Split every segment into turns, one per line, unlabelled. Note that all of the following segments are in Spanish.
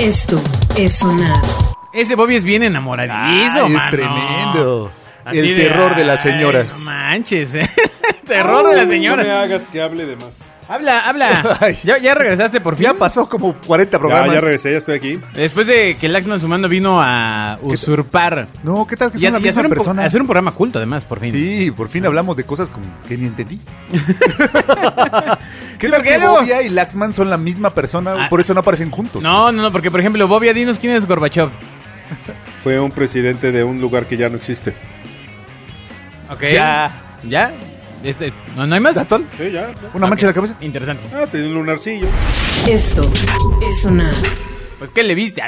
Esto es sonar.
Ese Bobby es bien enamoradizo,
Ay,
mano.
es tremendo.
Así
El terror de las
ay,
señoras.
no manches, ¿eh? El terror de las
No me
señoras.
hagas que hable de más.
Habla, habla.
Ay.
¿Ya, ya regresaste por fin.
Ya pasó como 40
Ya,
programas.
ya regresé, ya estoy aquí.
Después de que Laxman Sumando vino a usurpar.
No, ¿qué tal que
Y,
son
a,
la
y hacer,
misma
un, pro-
persona?
hacer un programa culto, además, por fin.
Sí, por fin hablamos de cosas como que ni entendí. ¿Qué
Sí,
tal
porque
que
luego-
Bobia y Laxman son la misma persona?
Ah.
Por eso no aparecen juntos.
No, no, no, porque por ejemplo, Bobby, dinos quién es Gorbachev.
Fue un presidente de un lugar que ya no existe.
Ok.
Ya.
¿Ya? Este, ¿no, no hay más?
¿That's all?
Sí, ya.
¿Una mancha en la cabeza?
Interesante.
Ah, tenía un lunarcillo.
Esto es sonar.
Pues, ¿qué le viste?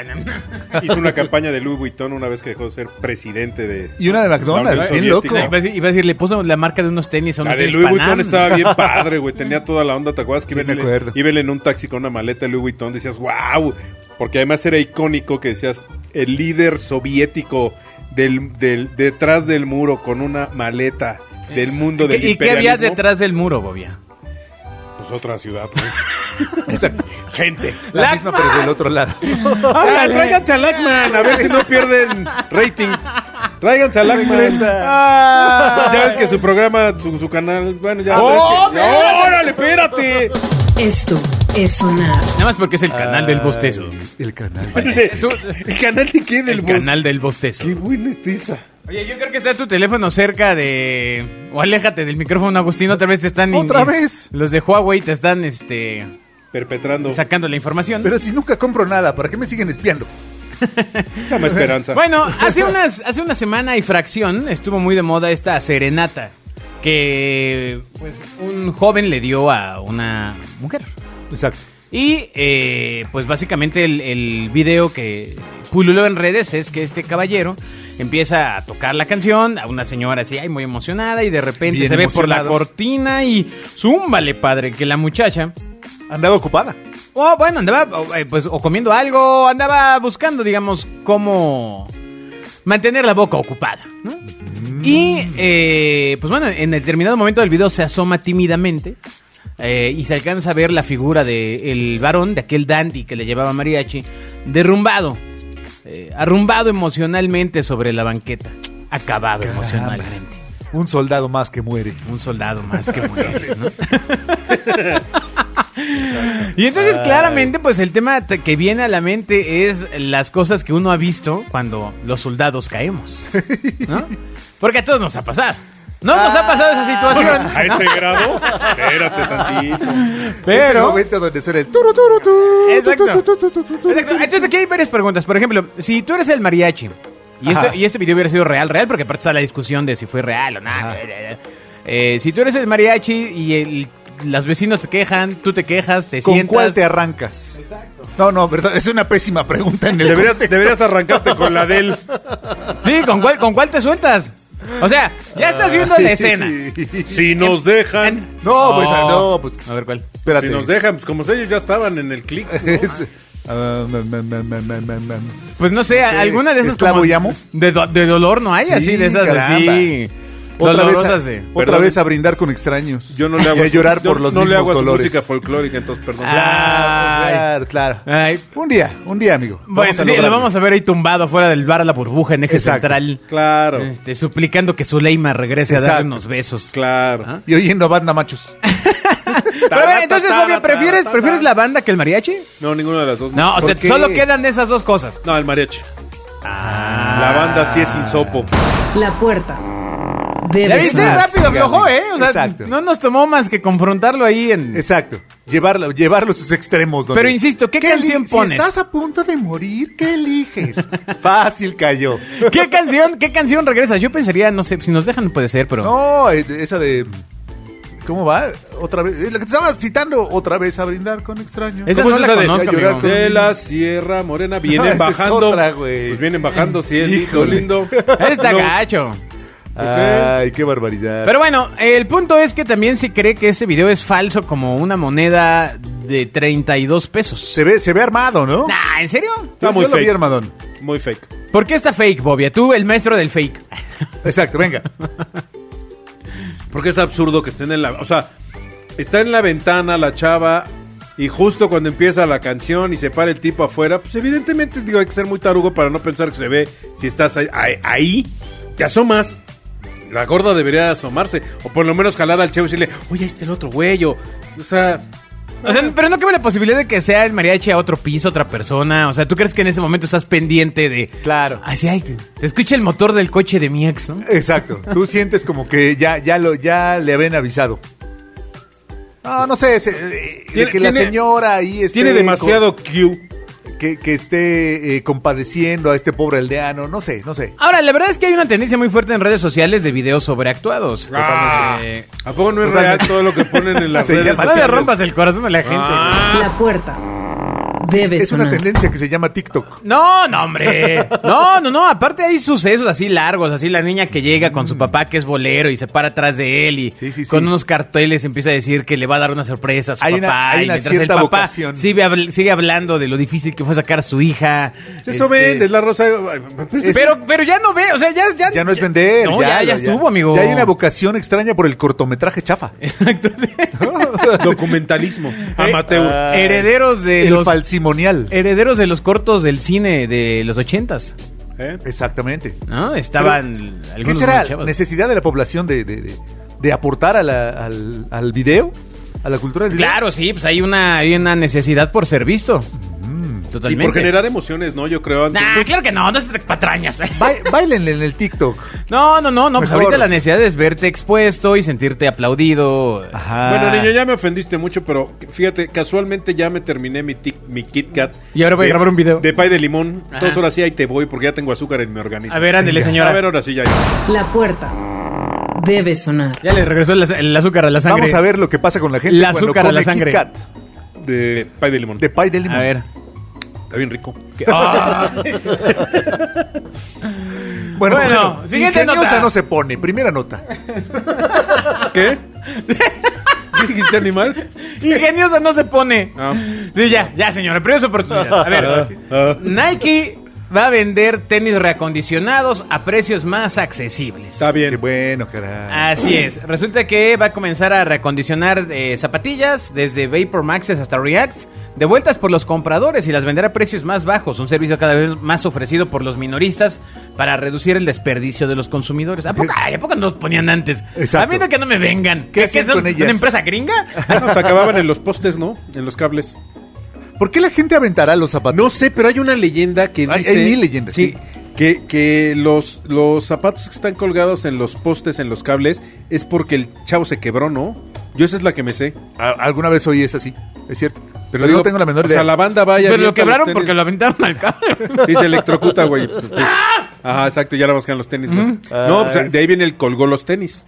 Hizo una campaña de Louis Vuitton una vez que dejó de ser presidente de.
Y una de
La
McDonald's,
Unión
bien loco.
Soviética.
Iba a, decir, iba a decir, le puso la marca de unos tenis a unos
La de
tenis
Louis Vuitton
Panam.
estaba bien padre, güey. Tenía toda la onda, ¿te acuerdas?
Sí,
Que
me
iba, en
acuerdo.
el- iba él en un taxi con una maleta de Louis Vuitton. Decías, wow. Porque además era icónico que decías, el líder soviético del, del, detrás del muro con una maleta del mundo del
Eh, ¿Y qué había
imperialismo.
detrás del muro, Bobia?
Pues otra ciudad, güey.
Exacto.
Gente.
La misma, pero del otro lado.
Ah, tráiganse a Laxman, a ver si no pierden rating. Tráiganse a Laxman.
Ah.
Ya ves que su programa, su, su canal, bueno, ya.
¡Oh,
ves que- ¡Oh, ¡Órale, espérate!
Esto es sonar.
Nada más porque es el canal del bostezo.
El canal.
¿El canal de qué? Del
El
bus?
canal del bostezo.
Qué buena está esa.
Oye, yo creo que está tu teléfono cerca de... O aléjate del micrófono, Agustín. Otra vez te están...
¿Otra vez?
Los de Huawei te están, este...
Perpetrando.
Sacando la información.
Pero si nunca compro nada, ¿para qué me siguen espiando?
Esa más esperanza.
Bueno, hace, unas, hace una semana y fracción estuvo muy de moda esta serenata que pues, un joven le dio a una mujer.
Exacto.
Y eh, pues básicamente el, el video que pululó en redes es que este caballero empieza a tocar la canción a una señora así, ay, muy emocionada y de repente
Bien
se ve por la
emocionados.
cortina y zúmbale padre que la muchacha...
Andaba ocupada.
O bueno, andaba o, eh, pues o comiendo algo, andaba buscando, digamos, cómo mantener la boca ocupada, ¿no? Y eh, pues bueno, en determinado momento del video se asoma tímidamente eh, y se alcanza a ver la figura del varón, de aquel dandy que le llevaba mariachi, derrumbado, eh, arrumbado emocionalmente sobre la banqueta, acabado emocionalmente.
Un soldado más que muere.
Un soldado más que muere, ¿no? Y entonces claramente pues el tema te- que viene a la mente es las cosas que uno ha visto cuando los soldados caemos, ¿no? Porque a todos nos ha pasado. No nos ha pasado
Ah.
esa situación,
¿A ese grado? Espérate tantito.
Ese
pero...
momento donde suena el turu, turu, turu,
Exacto.
tu, tu, tu, tu, tu, tu.
Exacto. Entonces aquí hay varias preguntas. Por ejemplo, si tú eres el mariachi y
Ajá.
este, y este video hubiera sido real, real, porque aparte está la discusión de si fue real o nada. Eh, si tú eres el mariachi y el- las vecinos se quejan, tú te quejas, te
¿Con
sientas.
cuál te arrancas? Exacto. No, no, perdón, es una pésima pregunta en el
Deberías,
contexto.
deberías arrancarte con la del.
Sí, ¿con cuál, ¿con cuál te sueltas? O sea, ya estás viendo la escena. Oh.
Si nos dejan.
No, pues, ah, no, pues,
A ver cuál.
espérate.
Oh. Si nos dejan, pues como ellos ya estaban en el clic.
Es- Ah, ma, ma, ma, ma, ma, ma, ma.
Pues no sé,
Sí.
alguna de esas.
¿Esclavo
como-
y amo?
De, do- de dolor no hay,
Sí,
así, de esas
caramba.
así.
Otra, vez ah. a,
dolorosas de.
otra
Perdón.
vez a brindar con extraños.
Yo no le hago
Y a
su-
llorar
yo
por los
no
mismos
le hago a su
dolores.
música folclórica, entonces perdón.
Ah. Ay.
Claro, claro.
Ay,
Un día, un día, amigo. Vamos
Bueno,
a
sí, lo
lograrlo.
vamos a ver ahí tumbado afuera del bar a la burbuja en eje
Exacto.
central.
Claro,
Este, suplicando que Zuleima regrese a dar
Exacto.
unos besos.
claro.
¿Ah?
Y oyendo a banda machos.
Pero a ver, entonces, Bobia, ¿prefieres, ¿prefieres la banda que el mariachi?
No, ninguna de las dos.
No, o
¿Por
sea,
qué?
solo quedan esas dos cosas.
No, el mariachi.
Ah.
La banda sí es insopo.
La puerta
¿Ya
debe
viste?
sonar.
Rápido, aflojó, ¿eh? O sea,
Exacto.
no nos tomó más que confrontarlo ahí en...
Exacto. Llevarlo, llevarlo a sus extremos. donde-
Pero insisto, ¿qué canción
eli-
pones?
Si estás a punto de morir, ¿qué eliges? Fácil cayó.
¿Qué canción, ¿Qué canción regresa? Yo pensaría, no sé, si nos dejan puede ser, pero...
No, eh, esa de... ¿Cómo va? Otra vez. eh, La que te estaba citando otra vez a brindar con extraños.
Esa
¿Cómo
no
es
la
esa de-
conozco,
llorar
amigo.
con-
De la Sierra Morena
No,
vienen
esa es
bajando.
otra, güey.
pues vienen bajando, sí, es lindo,
Híjole.
lindo.
Ahí Está
Los-
gacho.
Ay, qué barbaridad.
Pero bueno, el punto es que también se cree que ese video es falso como una moneda de 32 pesos.
se, ve, se ve armado, ¿no?
Nah, ¿en serio?
Está
Yo-
muy
yo lo vi
fake.
armadón.
Muy fake.
¿Por qué está fake, Bobia? Tú, el maestro del fake.
Exacto, venga.
Porque es absurdo que estén en la. O sea, está en la ventana la chava Y justo cuando empieza la canción y se para el tipo afuera, pues evidentemente digo, hay que ser muy tarugo para no pensar que se ve si estás ahí. ahí- ahí, te asomas. La gorda debería asomarse. O por lo menos jalar al chavo y decirle, oye, ahí está el otro güey. O, o sea,
O sea, pero no cabe la posibilidad de que sea el mariachi a otro piso, otra persona. O sea, ¿tú crees que en ese momento estás pendiente de.
Claro.
Así hay. Te escucha el motor del coche de mi ex, ¿no?
Exacto. Tú sientes como que ya, ya, lo, ya le habían avisado. No, no sé, se- eh, de
Tiene-
que la
tiene-
señora ahí esté...
tiene demasiado Q.
co- Que, que esté eh, compadeciendo a este pobre aldeano, no sé, no sé.
Ahora, la verdad es que hay una tendencia muy fuerte en redes sociales de videos sobreactuados.
Ah,
Eh,
¿A poco no es
Totalmente.
real todo lo que ponen en las
Se
redes?
llama
no le
sociales?
rompas el corazón a la gente. güey.
Ah.
La puerta debe
Es una
sonar.
tendencia que se llama TikTok.
No, no, hombre. No, no, no. Aparte hay sucesos así largos, así la niña que llega con su papá que es bolero y se para atrás de él y
Mm. Sí, sí, sí.
con unos carteles empieza a decir que le va a dar una sorpresa a su
Hay una-
papá.
hay
y
una
mientras el
cierta
papá
vocación.
Sigue, habl- sigue hablando de lo difícil que fue sacar a su hija.
Eso
Este,
vende, es la rosa. pues,
Pero, pero ya no ve, o sea, ya, ya,
Ya no es vender.
No, ya, ya estuvo, amigo.
Ya hay una vocación extraña por el cortometraje chafa.
Exacto, sí.
documentalismo amateur.
Ah,
Herederos de
el
los Eh.
falsimonial.
herederos de los cortos del cine de los ochentas.
¿Eh?
Exactamente.
¿No? Estaban algunos
¿Qué
muy
será?
chavos.
¿Necesidad de la población de, de- de- de aportar a la- al, al video? ¿A la cultura del video?
Claro, sí, pues hay una, hay una necesidad por ser visto. Mm.
Y
Totalmente.
por generar emociones, ¿no? Yo creo. antes. pues,
Nah, claro que no, no es patrañas.
Bai- báilenle en el TikTok.
No, no, no, no. Pues
Mejor.
ahorita la necesidad es verte expuesto y sentirte aplaudido.
Ajá.
Bueno, niño, ya me ofendiste mucho, pero fíjate, casualmente ya me terminé mi, tic- mi Kit Kat.
Y ahora voy a
de-
grabar un video.
De pay de limón.
Ajá.
Entonces ahora sí ahí te voy porque ya tengo azúcar en mi organismo.
A ver, ándele,
Ya.
señora.
A ver, ahora sí ya.
La puerta debe sonar.
Ya le regresó el, az- el azúcar a la sangre.
Vamos a ver lo que pasa con la gente
La
cuando
azúcar a
come
la sangre.
Kit Kat
De pay de limón.
de pay de limón.
A ver.
Está bien rico.
Ah.
Bueno,
Bueno,
bueno,
siguiente
ingeniosa
nota.
no se pone. Primera nota.
Ah, ¿Qué? ¿Qué dijiste, animal?
Ingeniosa no se pone.
Ah.
Sí, ya, ya, señora. Pero es oportunidad. A
Ah.
ver. Nike va a vender tenis reacondicionados a precios más accesibles.
Está
Qué
bien.
bueno, caray.
Así es. Resulta que va a comenzar a reacondicionar eh, zapatillas desde Vapor Maxes hasta Reacts, devueltas por los compradores y las venderá a precios más bajos. Un servicio cada vez más ofrecido por los minoristas para reducir el desperdicio de los consumidores. ¿A poco, ay, ¿a poco nos ponían antes? A
Exacto.
mí no que no me vengan.
¿Qué
¿Es que
hacían
son
con ellas?
una empresa gringa?
Ah, Nos acababan en los postes, ¿no? En los cables.
¿Por qué la gente aventará los zapatos?
No sé, pero hay una leyenda que
Hay-
dice...
hay mil leyendas, sí.
Que, que los, los zapatos que están colgados en los postes, en los cables, es porque el chavo se quebró, ¿no? Yo esa es la que me sé.
A- Ah, Alguna vez oí es así, es cierto. Pero,
digo,
no tengo la menor
O
idea.
sea, la banda vaya...
Pero lo quebraron porque lo aventaron al cable.
Sí, se electrocuta, güey. Pues, Ajá, exacto, ya la buscan los tenis, güey. No, pues,
Ay.
de ahí viene el colgó los tenis,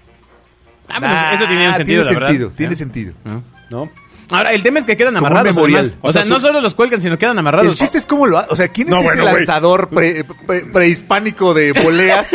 Ah, bueno, eso tenía un
Ah,
sentido,
tiene
la
sentido,
verdad. ¿Eh?
tiene sentido.
¿no?
Ahora, el tema es que quedan
Como un
amarrados.
memorial.
además. O sea,
O sea,
no
su-
solo los cuelgan, sino quedan amarrados.
El chiste es cómo lo hace. O sea, ¿quién es
No,
ese
bueno, güey.
lanzador pre- pre- prehispánico de poleas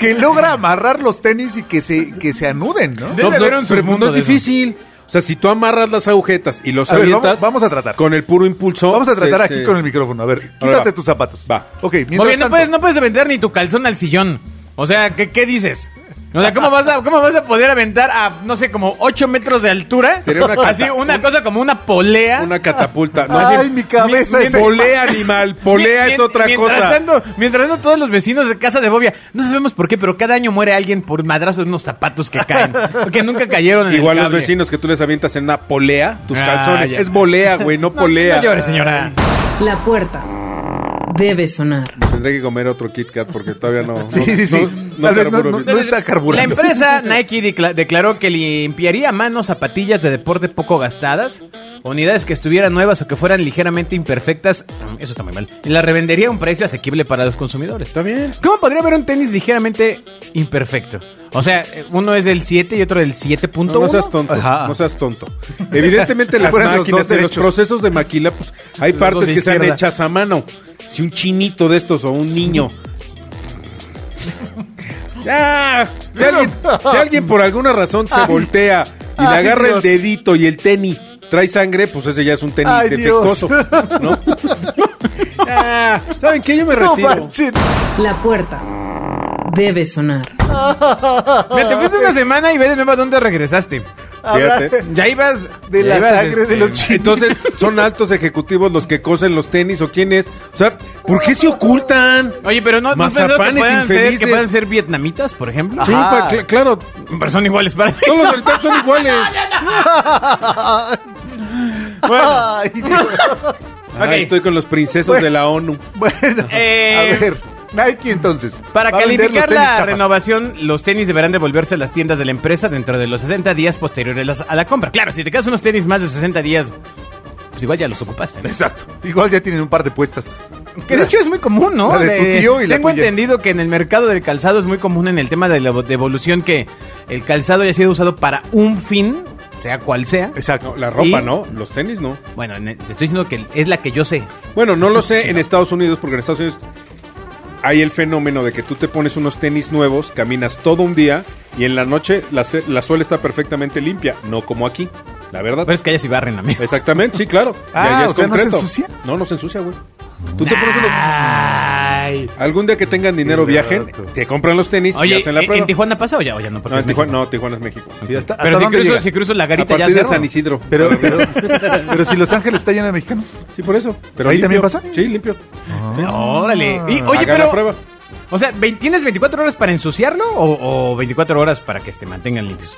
que logra amarrar los tenis y que se, que se anuden, ¿no?
Debe
no,
haber
no,
un
pero no
submundo
es
de eso.
difícil. O sea, si tú amarras las agujetas y los
A ver,
avientas...
vamos- vamos a tratar.
Con el puro impulso...
Vamos a tratar
se-
aquí
se-
con el micrófono. A ver, quítate
va.
tus zapatos.
Va.
Ok,
Oye,
mientras
no
tanto-
puedes, no puedes vender ni tu calzón al sillón. O sea, ¿qué, qué dices? O sea, ¿cómo vas, a, ¿cómo vas a poder aventar a, no sé, como 8 metros de altura?
Sería una cata-
Así, una cosa como una polea.
Una catapulta. No,
Ay,
así-
mi cabeza
Mi-
es-
Polea, animal. Polea es
Mien-
otra
mientras
cosa.
Tanto, mientras tanto, todos los vecinos de casa de Bobia, no sabemos por qué, pero cada año muere alguien por madrazo de unos zapatos que caen. Porque nunca cayeron en
Igual
el
los
cable.
vecinos que tú les avientas en una polea, tus
Ah,
calzones.
ya.
Es bolea, güey, no,
No,
polea.
No llores, señora.
La puerta debe sonar.
Tendré que comer otro Kit Kat porque todavía no.
Sí, sí, sí. Tal vez no-
carburo bien.
no está carburando.
La empresa Nike decla- declaró que limpiaría a mano zapatillas de deporte poco gastadas, unidades que estuvieran nuevas o que fueran ligeramente imperfectas, mm, eso está muy mal, y las revendería a un precio asequible para los consumidores.
Está bien.
¿Cómo podría haber un tenis ligeramente imperfecto? O sea, eh, uno es del 7 y otro del 7.1.
No, no seas tonto,
Ajá.
no seas tonto. Evidentemente las
Fueron los
máquinas,
dos
en los
derechos.
procesos de maquila, pues hay
Los dos
partes
de
que se han
izquierda.
hechas a mano. Si un chinito de estos o un niño. ya, si alguien, si alguien por alguna razón se voltea y le
Ay,
agarra
Dios.
el dedito y el tenis trae sangre, pues ese ya es un tenis
Ay,
defectuoso, ¿no? Ya, ¿Saben qué? Yo me
No
retiro.
manches.
La puerta debe sonar.
Mira, te fuiste una semana y ve de nuevo a dónde regresaste.
Fíjate.
Ya ibas
De
ya
la
ibas,
sangre de los chinos.
Entonces, ¿son altos ejecutivos los que cosen los tenis o quién es? O sea, ¿por qué se ocultan?
Oye, pero no, no pensaba que
Mazapanes
puedan ser, que
infelices. Ah,
puedan ser vietnamitas, por ejemplo.
Sí,
Ajá.
pa- cl- claro,
Pero son iguales para ti.
todos los del TAP son iguales.
Bueno,
Ay, Dios.
Ay,
Ok.
estoy con los princesos de la ONU.
Bueno,
Eh,
a ver, Nike entonces.
para
Va a vender los
calificar
tenis
la
chafas.
renovación, los tenis deberán devolverse a las tiendas de la empresa dentro de los 60 días posteriores a la compra. Claro, si te quedas unos tenis más de 60 días, pues igual ya los ocupaste. ¿no?
Exacto. Igual ya tienen un par de puestas.
Que de hecho es muy común, ¿no?
La de tu tío y la
tengo
tuya.
entendido que en el mercado del calzado es muy común en el tema de la devolución que el calzado haya sido usado para un fin, sea cual sea.
No,
Exacto.
la ropa,
¿Y?
¿no? Los tenis, ¿no?
Bueno, en- te estoy diciendo que es la que yo sé.
Bueno, no lo sé en Estados Unidos, porque en Estados Unidos hay el fenómeno de que tú te pones unos tenis nuevos, caminas todo un día y en la noche la, se- la suela está perfectamente limpia, no como aquí, la verdad.
Pero es que allá sí barren, amigo.
Exactamente, sí, claro.
Pues Ah,
Ya- ya
o sea, ¿no se ensucia?
No, no se ensucia, güey. Tú te pones unos...
Ay.
Algún día que tengan dinero,
Qué
viajen,
loco.
te compran los tenis y
Oye,
hacen la
¿en-
prueba.
¿en Tijuana pasa o ya? O ya no, porque
no,
es
en Tijuana,
México?
no, Tijuana es México.
Sí, hasta-
Pero
¿hasta
si
dónde
cruzo,
llega?
si cruzo la
A
garita ya
partir de
cerro.
San Isidro.
Pero, pero, pero si Los Ángeles está llena de mexicanos.
Sí, por eso. Pero
¿Ahí
limpio.
también pasa?
Sí, limpio.
Órale. Y,
Oye,
oye,
Ah. la prueba.
pero... O sea, ve- ¿tienes 24 horas para ensuciarlo o, o 24 horas para que se mantengan limpios?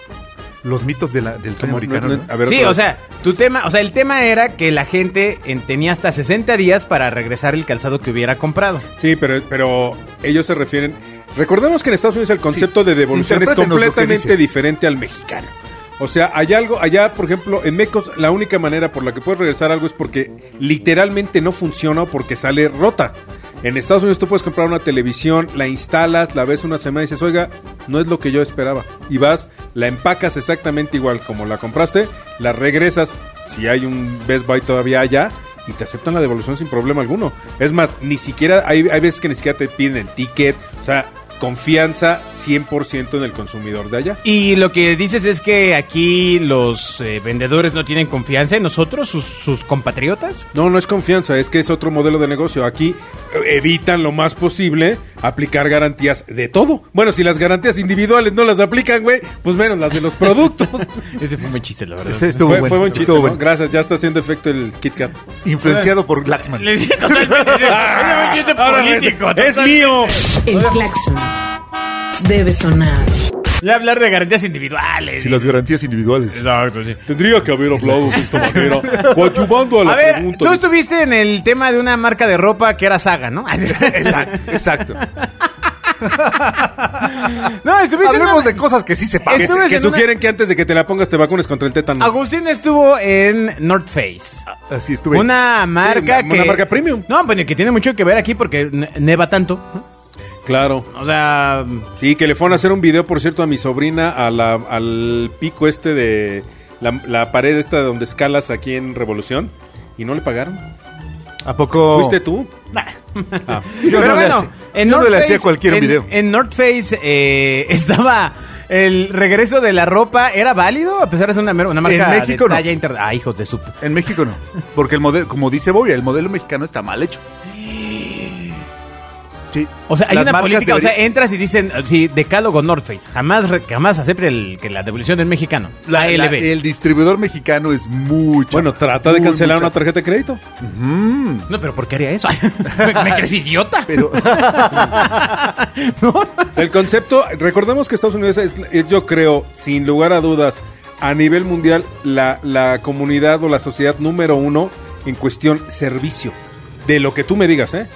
Los mitos de la- del sueño americano.
No, no,
¿no?
a ver,
sí,
otra
o
vez.
sea, tu tema, o sea, el tema era que la gente en- tenía hasta 60 días para regresar el calzado que hubiera comprado.
Sí, pero, pero ellos se refieren. Recordemos que en Estados Unidos el concepto de devolución es
Interprétenos lo que
completamente
dice.
diferente al mexicano. O sea, hay algo, allá, por ejemplo, en Mecos, la única manera por la que puedes regresar algo es porque literalmente no funciona o porque sale rota. En Estados Unidos tú puedes comprar una televisión, la instalas, la ves una semana y dices, oiga, no es lo que yo esperaba. Y vas, la empacas exactamente igual como la compraste, la regresas, si hay un Best Buy todavía allá, y te aceptan la devolución sin problema alguno. Es más, ni siquiera, hay, hay veces que ni siquiera te piden el ticket, o sea, confianza 100% en el consumidor de allá.
Y lo que dices es que aquí los eh, vendedores no tienen confianza en nosotros, sus, sus compatriotas.
No, no es confianza, es que es otro modelo de negocio. Aquí eh, evitan lo más posible aplicar garantías de todo. Bueno, si las garantías individuales no las aplican, güey, pues menos las de los productos.
Ese fue un buen chiste, la verdad.
Ese estuvo
fue,
bueno,
fue buen chiste,
estuvo
¿no? Eh.
bueno.
Gracias, ya está haciendo efecto el Kit Kat.
Influenciado por Laxman.
Le dije totalmente. Ese fue un chiste
Ah, Ahora es-
político,
es
totalmente.
mío.
El claxon debe sonar.
Ya hablar de garantías individuales.
Si las garantías individuales.
Exacto, sí.
Tendría que haber hablado de esta manera, coadyuvando a la
A ver,
pregunta.
tú estuviste en el tema de una marca de ropa que era Saga, ¿no?
Exacto, exacto.
no, estuviste en una-
Hablemos de cosas que sí se
Que,
pagan.
Estuve
que
en
sugieren que antes de que te la pongas te vacunes contra el tétano.
Agustín estuvo en North Face.
Así estuve.
Una marca
una-
que...
una marca premium.
No, bueno, que tiene mucho que ver aquí porque ne- neva tanto. ¿no?
Claro.
O sea...
Sí, que le fueron a hacer un video, por cierto, a mi sobrina a la- al pico este de la, la pared esta donde escalas aquí en Revolución y no le pagaron.
¿A poco?
¿Fuiste tú?
nah.
Ah.
Pero
Yo no le
bueno,
hacía-
en
yo no
North
le
Face-
hacía cualquier
en-
video.
En North Face eh, estaba... El regreso de la ropa era válido a pesar de ser una, mer- una marca
En México,
de
no.
talla inter- Ah, hijos de su...
En México no. Porque el modelo, como dice Bobby, el modelo mexicano está mal hecho. Sí.
O sea, hay
Las
una
marcas
política, o sea,
deberían-
entras y dicen, uh, sí, decálogo North Face, jamás, re- jamás acepte el- que la devolución del mexicano, la,
la-
ALB.
el distribuidor mexicano es mucho.
Bueno, trata de cancelar una tarjeta de crédito.
No, pero ¿por qué haría eso? ¿Me, me crees idiota?
Pero
¿No?
O sea, El concepto, recordemos que Estados Unidos es, es, yo creo, sin lugar a dudas, a nivel mundial, la, la comunidad o la sociedad número uno en cuestión servicio. De lo que tú me digas, ¿eh?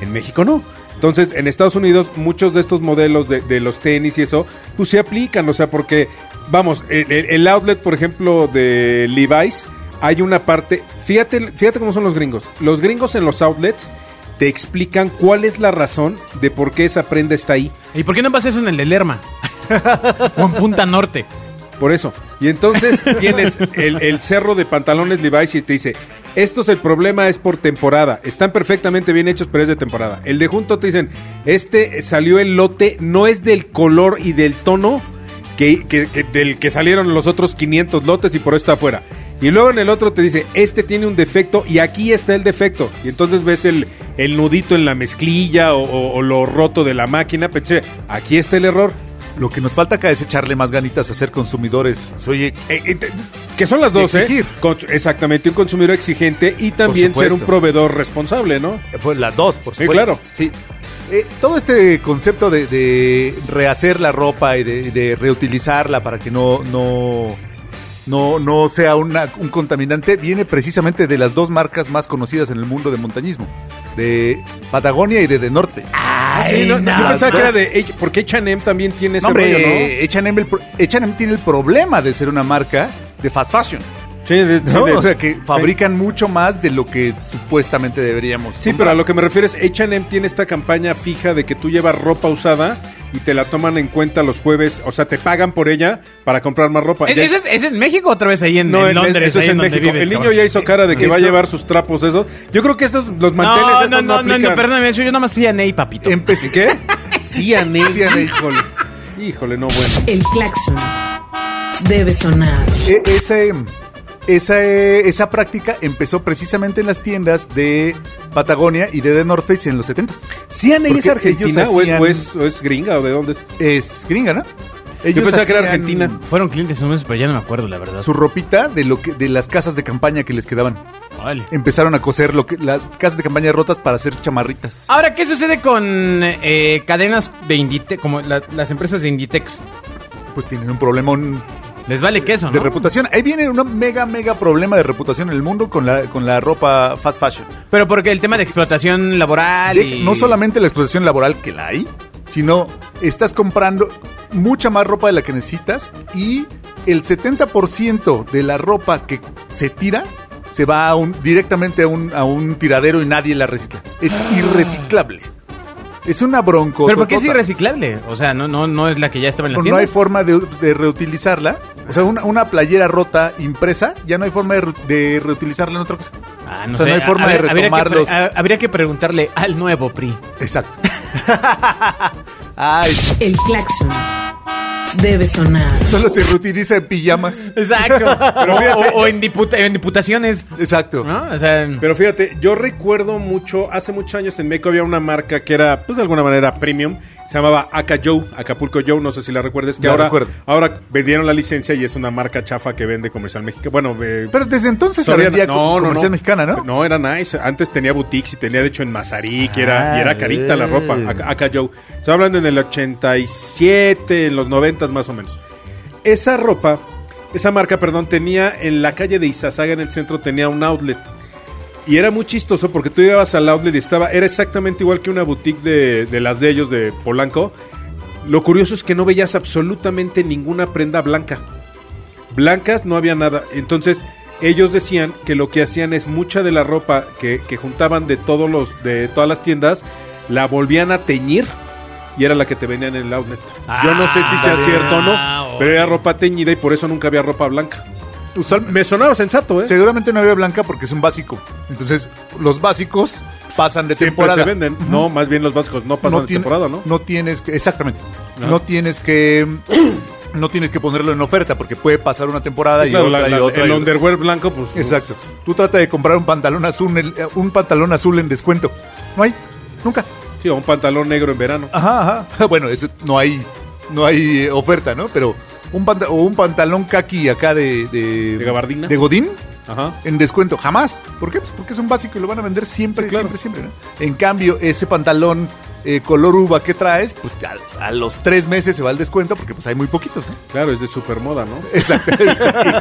En México no. Entonces, en Estados Unidos, muchos de estos modelos de, de los tenis y eso, pues se aplican, o sea, porque, vamos, el, el- el outlet, por ejemplo, de Levi's, hay una parte, fíjate, fíjate cómo son los gringos. Los gringos en los outlets te explican cuál es la razón de por qué esa prenda está ahí.
¿Y por qué no pasa eso en el de Lerma? o en Punta Norte.
Por eso. Y entonces tienes el, el cerro de pantalones Levi's y te dice, esto es el problema, es por temporada. Están perfectamente bien hechos, pero es de temporada. El de junto te dicen, este salió el lote, no es del color y del tono que, que- que- del que salieron los otros 500 lotes y por eso está afuera. Y luego en el otro te dice, este tiene un defecto y aquí está el defecto. Y entonces ves el, el nudito en la mezclilla o, o- o lo roto de la máquina. pero dice, aquí está el error.
Lo que nos falta acá es echarle más ganitas a ser consumidores. Soy eh,
Eh, eh, te- que son las
Y
dos, ¿eh?
exigir.
Con- exactamente, un consumidor exigente y también ser un
supuesto.
proveedor responsable, ¿no?
pues, las dos, por
Sí,
supuesto.
claro.
Sí. Eh, todo este concepto de, de rehacer la ropa y de, de reutilizarla para que no, no, no, no sea una- un contaminante viene precisamente de las dos marcas más conocidas en el mundo de montañismo, de Patagonia y de The North Face.
Ah, Sí, no,
no,
yo pensaba
las
que era
dos.
de. H- Porque H&M también tiene ese
No, hombre,
rollo, ¿no?
H&M el pro- H&M tiene el problema de ser una marca de fast fashion.
Sí, de- sí,
¿no?
de-
O sea, que
sí.
fabrican mucho más de lo que supuestamente deberíamos.
Sí, pero a lo que me refiero es H&M tiene esta campaña fija de que tú llevas ropa usada y te la toman en cuenta los jueves, o sea, te pagan por ella para comprar más ropa.
¿Es,
Ya
es-
es-
es en México o otra vez ahí en, en
en-
Londres?
eso es
ahí
en
en donde
México.
vives,
el niño
cabrón?
ya hizo cara de que va a
Eso-
llevar sus trapos esos. Yo creo que estos los manteles
No,
estos
no, no, no, no,
aplican. Eh.
perdóname, eso yo nada más sí a Ney, papito.
Empecé-
¿Qué? Sí, Anel,
C&A.
híjole. Híjole, no, bueno.
El claxon debe sonar.
E- ese- esa, eh, esa práctica empezó precisamente en las tiendas de Patagonia y de The North Face en los 70s.
¿Cian
¿Por
es
qué
argentina
ellos
o es, o,
hacían-
es, o es gringa o de dónde es?
Es gringa, ¿no? Ellos
pensaba que era
hacían
argentina.
Fueron clientes unos, pero ya no me acuerdo, la verdad.
Su ropita de lo que de las casas de campaña que les quedaban.
Vale.
Empezaron a coser lo que las casas de campaña rotas para hacer chamarritas.
Ah.
Ahora, ¿qué sucede con eh, cadenas de Inditex, como la- las empresas de Inditex?
Pues tienen un problemón
Les vale queso,
de
Ah.
¿no?
reputación. Ahí viene un mega, mega problema de reputación en el mundo con la, con la ropa fast fashion.
Pero porque el tema de explotación laboral
De-
y...
No solamente la explotación laboral que la hay, sino estás comprando mucha más ropa de la que necesitas y el 70% de la ropa que se tira se va a un- directamente a un, a un tiradero y nadie la recicla. Es irreciclable. Es una bronco.
Ah. Pero porque es irreciclable. O sea, no, no, no es la que ya estaba en las
No hay
tiendas.
forma de, de reutilizarla. O sea, una, una playera rota impresa, ya no hay forma de, re- de reutilizarla en otra cosa.
Ah, no
O sea,
sé.
no hay forma de
Habría- habría que
retomarlos.
pre- a- Habría que preguntarle al nuevo PRI.
Exacto. Ay,
El claxon debe sonar.
solo se reutiliza en pijamas.
Exacto. o, o- o en, diputa- en diputaciones.
Exacto.
¿No? O sea...
Pero fíjate, yo recuerdo mucho, hace muchos años en México había una marca que era, pues de alguna manera, premium. Se llamaba Aca Joe, Acapulco Joe, no sé si la recuerdes. Que
La
ahora,
recuerdo.
ahora vendieron la licencia y es una marca chafa que vende comercial mexicano. Bueno, eh,
Pero desde entonces la
Soriana.
vendía co- comercial mexicana, ¿no?
No, era nice. Antes tenía boutiques y tenía, de hecho, en Mazarik y, era,
Ah,
y era carita la
eh.
ropa. Acá, acá, Joe. Estoy hablando en el 87, en los 90 más o menos. Esa ropa, esa marca, perdón, tenía en la calle de Izazaga, en el centro, tenía un outlet. Y era muy chistoso porque tú llegabas al outlet y estaba, era exactamente igual que una boutique de, de las de ellos, de Polanco. Lo curioso es que no veías absolutamente ninguna prenda blanca. Blancas no había nada. Entonces, ellos decían que lo que hacían es mucha de la ropa que, que juntaban de todos los, de todas las tiendas, la volvían a teñir y era la que te vendían en el outlet. Yo no sé si sea
Ah,
cierto o no, pero era ropa teñida y por eso nunca había ropa blanca.
Usual-
Me sonaba sensato, ¿eh?
Seguramente no había blanca porque es un básico. Entonces, los básicos pasan de
Siempre
temporada.
se venden. No, más bien los vascos no pasan de
tiene-
temporada, ¿no?
No tienes que. Exactamente.
Ajá.
No tienes que. No tienes que ponerlo en oferta porque puede pasar una temporada y
Claro,
otra
la-
y
la-
otra. y
el
otra.
underwear blanco, pues.
Exacto. Tú trata de comprar un pantalón azul, en- eh, un pantalón azul en descuento. No hay. Nunca.
Sí, o un pantalón negro en verano.
Ajá, ajá. Bueno, eso no hay, no hay eh, oferta, ¿no? Pero un, panta- o un pantalón kaki acá de, de...
¿De gabardina?
De Godín.
Ajá.
En descuento, jamás. ¿Por qué? Pues porque es un básico y lo van a vender siempre,
Sí, claro.
siempre, siempre. ¿no? En cambio, ese pantalón eh, color uva que traes, pues a, a los tres meses se va al descuento porque pues hay muy poquitos, ¿no?
Claro, es de supermoda, ¿no?
Exacto.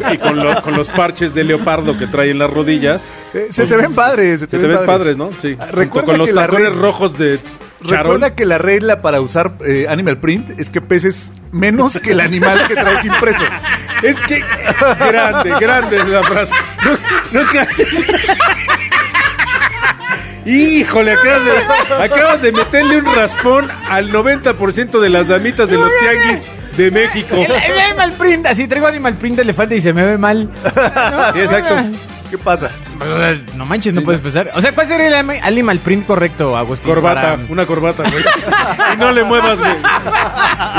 y, y con, lo- con los parches de leopardo que trae en las rodillas.
Eh, se te ven padres, se te,
Se te ven padres, ¿no? Sí.
Ah,
Junto
Recuerda
con los
que la
tacones
red-
rojos de Charol.
Recuerda que la regla para usar eh, Animal Print es que peses menos que el animal que traes impreso.
Es que grande, grande es la frase. Nu- Nunca. Híjole, acabas de, acabas de meterle un raspón al 90% de las damitas de los tianguis de México.
El, el animal print, así traigo animal print de elefante y se me ve mal.
Sí, exacto.
Ah.
¿Qué pasa?
No manches, no puedes pensar. O sea, ¿cuál sería el ama- animal print correcto, Agustín?
Corbata,
para-
una corbata, güey. Y no le muevas, güey.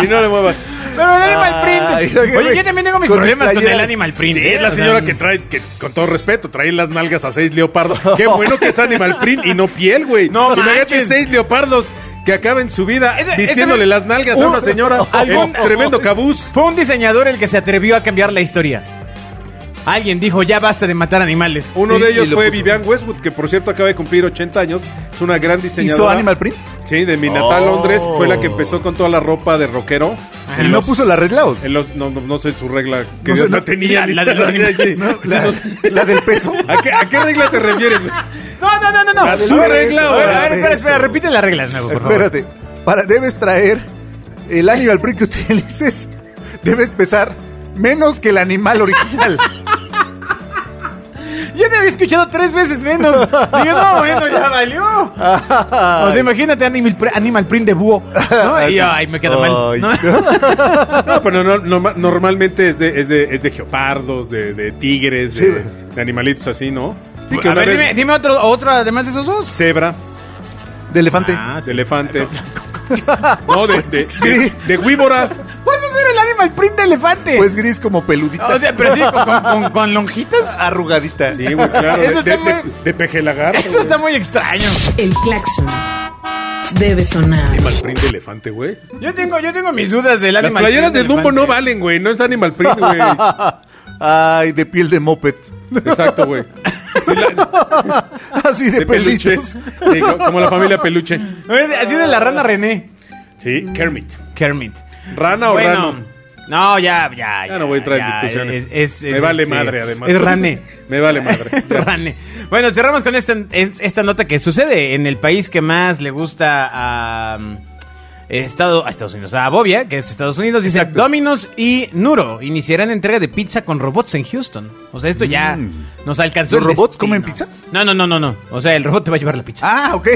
Y no le muevas.
Pero el animal
Ay,
print.
oye,
Oye, yo también tengo mis
con
problemas con
playera.
el animal print.
Sí,
¿eh?
es la
O sea,
señora que trae, que con todo respeto, trae las nalgas a seis leopardos. Qué bueno que es animal print y no piel, güey.
No
Imagínate
manches.
seis leopardos. que acaben su vida
Ese- ese
vistiéndole
me-
las nalgas a
un-
una señora.
algún-
El tremendo cabuz.
Fue un diseñador el que se atrevió a cambiar la historia. Alguien dijo, ya basta de matar animales.
Uno
Y-
de
y
ellos
lo
fue
puso.
Vivian Westwood, que por cierto acaba de cumplir 80 años. Es una gran diseñadora.
¿Hizo Animal Print?
Sí, de mi natal
Oh.
Londres. Fue la que empezó con toda la ropa de rockero.
¿Y no puso la Red Laos?
En los- no, no, no sé su regla que
No
Dios
sé,
no,
no-
tenía.
la-
ni-
la de los animales,
Sí, sí.
¿No?
No
La,
sé.
la del peso.
¿A qué, a qué regla te refieres? güey?
No, no, no, no, no.
La
Su
del beso,
regla.
la
A ver,
del
a ver, espera,
beso.
espera, repite las reglas de nuevo, por favor.
Espérate. Para, debes traer el animal print que utilices. Debes pesar menos que el animal original.
Ya te había escuchado tres veces menos. Digo, no, bueno, ya valió. O sea, imagínate Animal, Pri- Animal Print de búho. ¿no? Y ay, me queda mal.
Ay,
¿no?
No, pero no- norma- normalmente es de, es de, es de geopardos, de, de tigres,
Sí,
de,
güey.
de animalitos así, ¿no? Sí, que
A
una
ver,
vez-
dime, dime otro, otro además de esos dos.
Cebra,
De elefante.
de elefante. No, de, de, de, de víbora.
¿Cuál va a ser el Animal Print de elefante?
Pues gris como peludita.
o sea, pero sí, con, con- con- con lonjitas.
arrugadita.
Sí, güey, claro.
Eso está
de, de,
muy-
de- de pejelagarto,
Eso está
güey.
muy extraño.
El claxon debe sonar.
Animal print de elefante, güey.
Yo tengo, yo tengo mis dudas del
Las
Animal
playeras de
Print
Dumbo no
elefante.
valen, güey. No es animal print, güey.
Ay, de piel de moped.
Exacto, güey. Sí, la-
Así de,
de peluches.
peluches.
Sí, co- como la familia peluche.
Oye, Así de la rana René.
Sí, Kermit.
Kermit.
Rana o
bueno,
rano.
no, ya, ya.
Ya no voy a entrar en discusiones.
Es, es-
Me
es,
vale
este,
madre, además.
Es Rane.
Me vale madre. Ya.
Rane. Bueno, cerramos con esta, es- esta nota que sucede en el país que más le gusta a. um, Estado, a Estados Unidos, a Bobia, que es Estados Unidos, dice
Exacto.
Domino's y Nuro iniciarán entrega de pizza con robots en Houston. O sea, esto ya nos alcanzó.
Mm. ¿Los
el
robots
destino.
comen pizza?
No, no, no, no, no. O sea, el robot te va a llevar la pizza.
Ah, ok.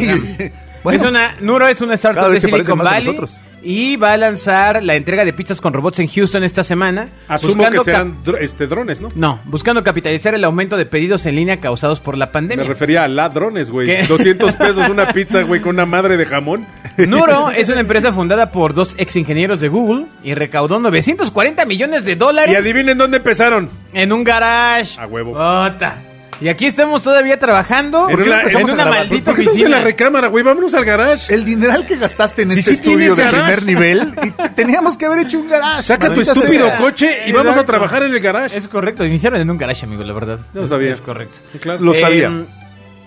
Bueno,
Es una, Nuro es una startup
Cada
de
vez se parece
Silicon
más a
Valley
nosotros.
y va a lanzar la entrega de pizzas con robots en Houston esta semana.
Asumo que
buscando
sean
cap-
dro- este, drones, ¿no?
No, buscando capitalizar el aumento de pedidos en línea causados por la
Me
pandemia.
refería a ladrones, güey.
¿Qué?
200 pesos una pizza, güey, con una madre de jamón.
Nuro es una empresa fundada por dos ex ingenieros de Google y recaudó 940 millones de
Y
dólares
adivinen dónde empezaron.
en un garage.
A huevo.
Ota. Y aquí estamos todavía trabajando
En
en
una-
una,
en
maldita
una ¿Por qué estamos en la
oficina.
recámara, güey? Vámonos al garage.
el dineral que gastaste en
Si
este
sí
estudio
tienes
de
garage.
primer nivel, y te- teníamos que haber hecho un garage.
Saca tu
maldita
estúpido
sea.
coche y vamos a
Exacto.
trabajar en el garage.
Es correcto, iniciaron en un garage, amigo, la verdad.
No sabía.
Es correcto.
Claro.
Lo
Eh,
sabía.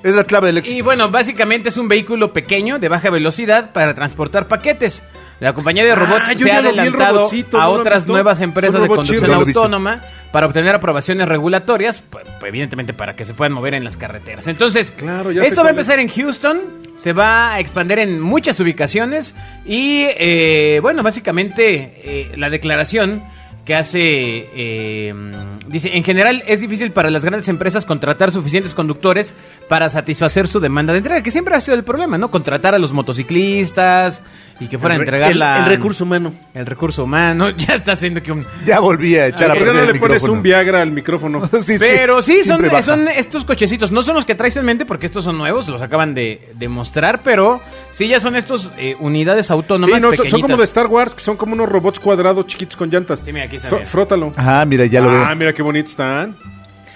Es la clave del éxito.
Y bueno, básicamente es un vehículo pequeño de baja velocidad para transportar paquetes. La compañía de robots
Ah, yo
se
ya
ha
lo vi, el
adelantado
robotcito,
a
¿no lo han
otras
visto?
nuevas
Es
empresas
un
de
robot
conducción
chido.
No lo he visto.
autónoma para obtener aprobaciones regulatorias, pu- evidentemente para que se puedan mover en las carreteras. Entonces,
Claro, ya sé
esto va a
cuál es.
empezar en Houston, se va a expandir en muchas ubicaciones y, eh, bueno, básicamente eh, la declaración que hace, eh, dice, en general es difícil para las grandes empresas contratar suficientes conductores para satisfacer su demanda de entrega, que siempre ha sido el problema, ¿no? Contratar a los motociclistas y que fueran a
El re-
entregar
el-
la-
el recurso humano.
El recurso humano, ya está haciendo que un...
Ya volví a echar a
¿Por qué
perder
no
el
le pones
micrófono.
un Viagra al micrófono?
Sí, es que
Pero sí, son,
siempre baja.
son estos cochecitos. No son los que traes en mente porque estos son nuevos, los acaban de, de mostrar, pero sí ya son estos eh, unidades
Sí,
autónomas
no, son-
pequeñitas.
son como de Star Wars, que son como unos robots cuadrados chiquitos con llantas.
Sí, mira, aquí está,
Fr-
mira.
Frótalo.
Ah, mira, ya lo veo.
Ah, mira qué bonitos están.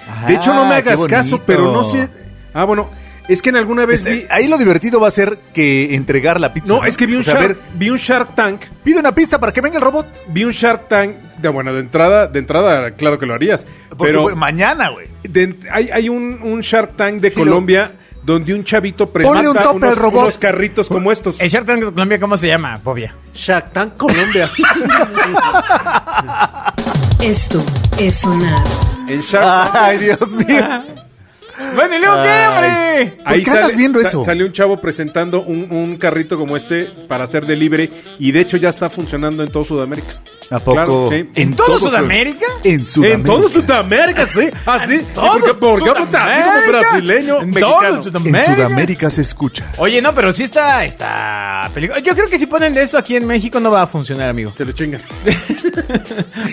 Ah,
De hecho, no me
qué
hagas caso,
bonito.
pero no sé. Ah, bueno, es que en alguna vez vi.
Este, ahí lo divertido va a ser que entregar la pizza.
No, es que vi un,
O sea, a
shark,
ver,
vi un Shark Tank.
pide una pizza para que venga el robot.
Vi un Shark Tank. De, bueno, de entrada, de entrada, claro que lo harías.
Por
pero
supuesto, mañana, güey.
de ent- hay, hay un, un Shark Tank de
Gilo.
Colombia donde un chavito
Ponle un
presenta
tope al
unos,
robot.
unos carritos como estos.
¿El Shark Tank de Colombia cómo se llama, Bobia?
Shark Tank Colombia.
Esto es sonar.
en Shark Tank.
Ay, Dios mío.
Bueno, ¿y luego qué, hombre?
¿Por qué andas viendo
sa-
eso?
sale un chavo presentando un, un carrito como este para hacer delivery y de hecho ya está funcionando en todo Sudamérica.
¿A poco?
Claro, sí.
¿En todo Sudamérica?
En Sudamérica.
En todo Sudamérica, sí. Así. porque porque hablas así como brasileño,
En todo
mexicano.
En
Sudamérica.
Sudamérica se escucha.
Oye, no, pero sí está esta película. Yo creo que si ponen de esto aquí en México no va a funcionar, amigo.
Se lo chingan.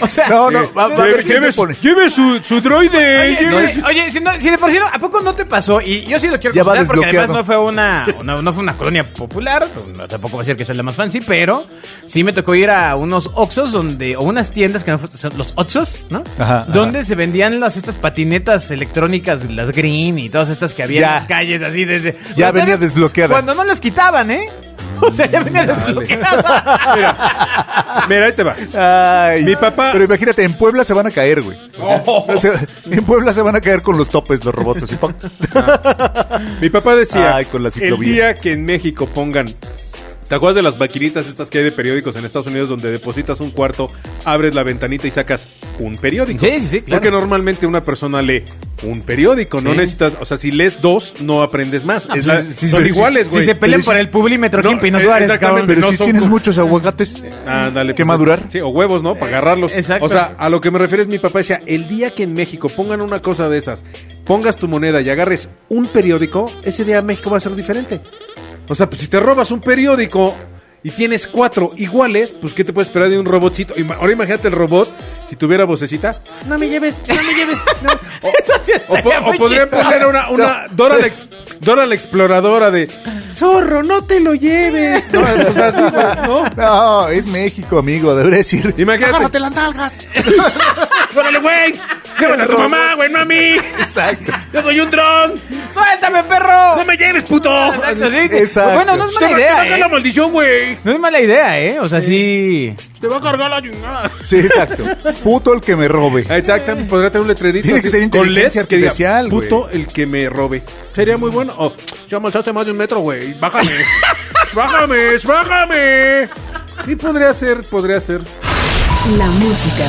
O sea,
No,
Eh,
no, va- va a haber
Lleve-
gente
lleve su-
pone-
Lleve su, su droide.
Oye,
lleve-
sí, oye, si, no- si de por sí, no, ¿a poco no te pasó? Y yo sí lo quiero
Ya va
contar porque además
desbloqueado.
no fue una, una- no fue una colonia popular, no, tampoco va a decir que sea la más fancy, pero sí me tocó ir a unos Oxxos donde, o unas tiendas que no fue- son los Oxxos, ¿no?
Ajá,
donde se vendían las estas patinetas electrónicas, las green y todas estas que había
Ya.
en las calles así desde.
Ya
Cuando
venía
no-
desbloqueada.
Cuando no las quitaban, ¿eh? o sea, ya venía desbloqueada.
Mira, ahí te va.
Ay,
Mi papá- Oh.
Pero imagínate, en Puebla se van a caer, güey. Se- en Puebla se van a caer con los topes, los robots así. ¡pum!
Mi papá decía,
Ay, con la
el
ciclovía.
día que en México pongan... ¿Te acuerdas de las maquinitas estas que hay de periódicos en Estados Unidos donde depositas un cuarto, abres la ventanita y sacas un periódico?
Sí, sí, sí, claro.
Porque normalmente una persona lee un periódico, no
Sí. Ah, pues,
necesitas... O sea, si lees dos, no aprendes más. Es la-
Si- si-
son
si-
iguales, güey.
Si se pelean
Pero
por el Publímetro,
No,
Kim Pino
eh,
Suárez,
exactamente,
cabrón.
Pero
no
si
son
tienes
co-
muchos aguacates,
Ándale,
¿Que
pues,
madurar?
Sí, o huevos, ¿no? Para agarrarlos.
exacto.
O sea, a lo que me refieres, mi papá decía, el día que en México pongan una cosa de esas, pongas tu moneda y agarres un periódico, ese día México va a ser diferente. O sea, pues si te robas un periódico y tienes cuatro iguales, pues ¿qué te puedes esperar de un robotcito? Ima- Ahora imagínate el robot, si tuviera vocecita, no me lleves, no me lleves. no". O,
Eso sí
o po-
estaría
o
muy
podría
chido.
poner una, una Dora, la ex- Dora la exploradora de, zorro, no te lo lleves. No, o sea, sí, güey, ¿no?
No, es México, amigo, debería decir.
Imagínate.
Agárrate las nalgas.
¡Órale, güey! ¡Llévala a tu mamá, güey, no a mí!
Exacto.
¡Yo soy un dron!
¡Suéltame, perro!
¡No me lleves, puto!
Exacto, sí, sí.
Exacto.
Bueno, no es
Te
mala
va- te va a
idea,
caer
¿eh?
la maldición, güey!
No es mala idea, ¿eh? O sea, sí...
¡Te va a cargar la chingada!
Sí, exacto. Puto el que me robe.
Exactamente, podría tener un letrerito
Tiene que ser
con
inteligencia
LEDs que diga,
artificial, güey.
Puto el que me robe. Sería muy bueno. Oh, ya me alzaste más de un metro, güey. Bájame. bájame, bájame. Sí, podría ser, podría ser.
La música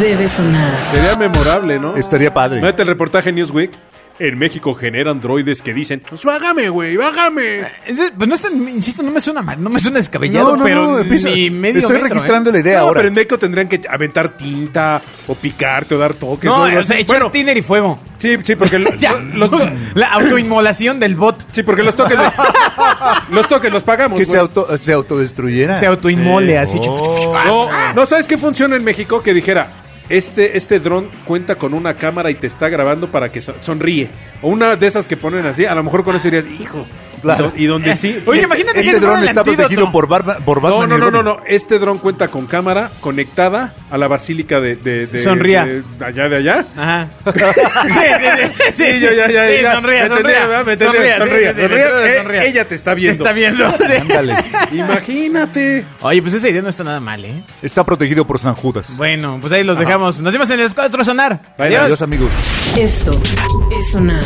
debe sonar.
Sería memorable, ¿no?
Estaría padre.
Mete el reportaje en Newsweek. En México generan droides que dicen, "Pues bájame, güey, bájame.
Eso- Pues no es tan- insisto, no me suena mal, no me suena descabellado, pero
empiezo-
ni medio
Estoy
metro,
registrando
¿eh?
la idea
No,
ahora.
Pero en México tendrían que aventar tinta o picarte o dar toques.
No,
o algo
o sea,
así.
echar
Bueno,
tiner y fuego.
sí, sí, porque lo-
Ya,
los,
la autoinmolación del bot.
sí, porque los toques de- los toques los pagamos.
Que se,
güey.
auto, se autodestruyera. Oh.
Se autoinmole así.
No,
Ah.
no sabes qué funciona en México que dijera este este dron cuenta con una cámara y te está grabando para que so- sonríe o una de esas que ponen así. A lo mejor con eso dirías, hijo.
Claro.
Y donde sí.
Eh, Oye, imagínate que
este
le
dron
ponen el
está
antídoto.
protegido por, Barba- por
No,
Batman.
no,
y
no, no,
Robin.
no. Este dron cuenta con cámara conectada a la basílica de, de, de-
Sonría.
de- de allá de allá.
Ajá. Sí, sí,
Sí, yo, ya, ya,
Sí, sonríe,
ya. Me
sonríe.
entendieron, ¿verdad? Me entendieron.
Sonríe, sí, sí,
Sonríe,
sí,
sonríe.
me
Eh,
sonríe.
ella te
Te
está viendo.
está viendo. sí.
Ándale.
Imagínate.
Oye, pues esa idea no está nada mal, ¿eh?
Está protegido por San Judas.
Bueno, pues ahí los dejamos. Nos vemos en el escuadro sonar.
Adiós, amigos.
Esto es sonar.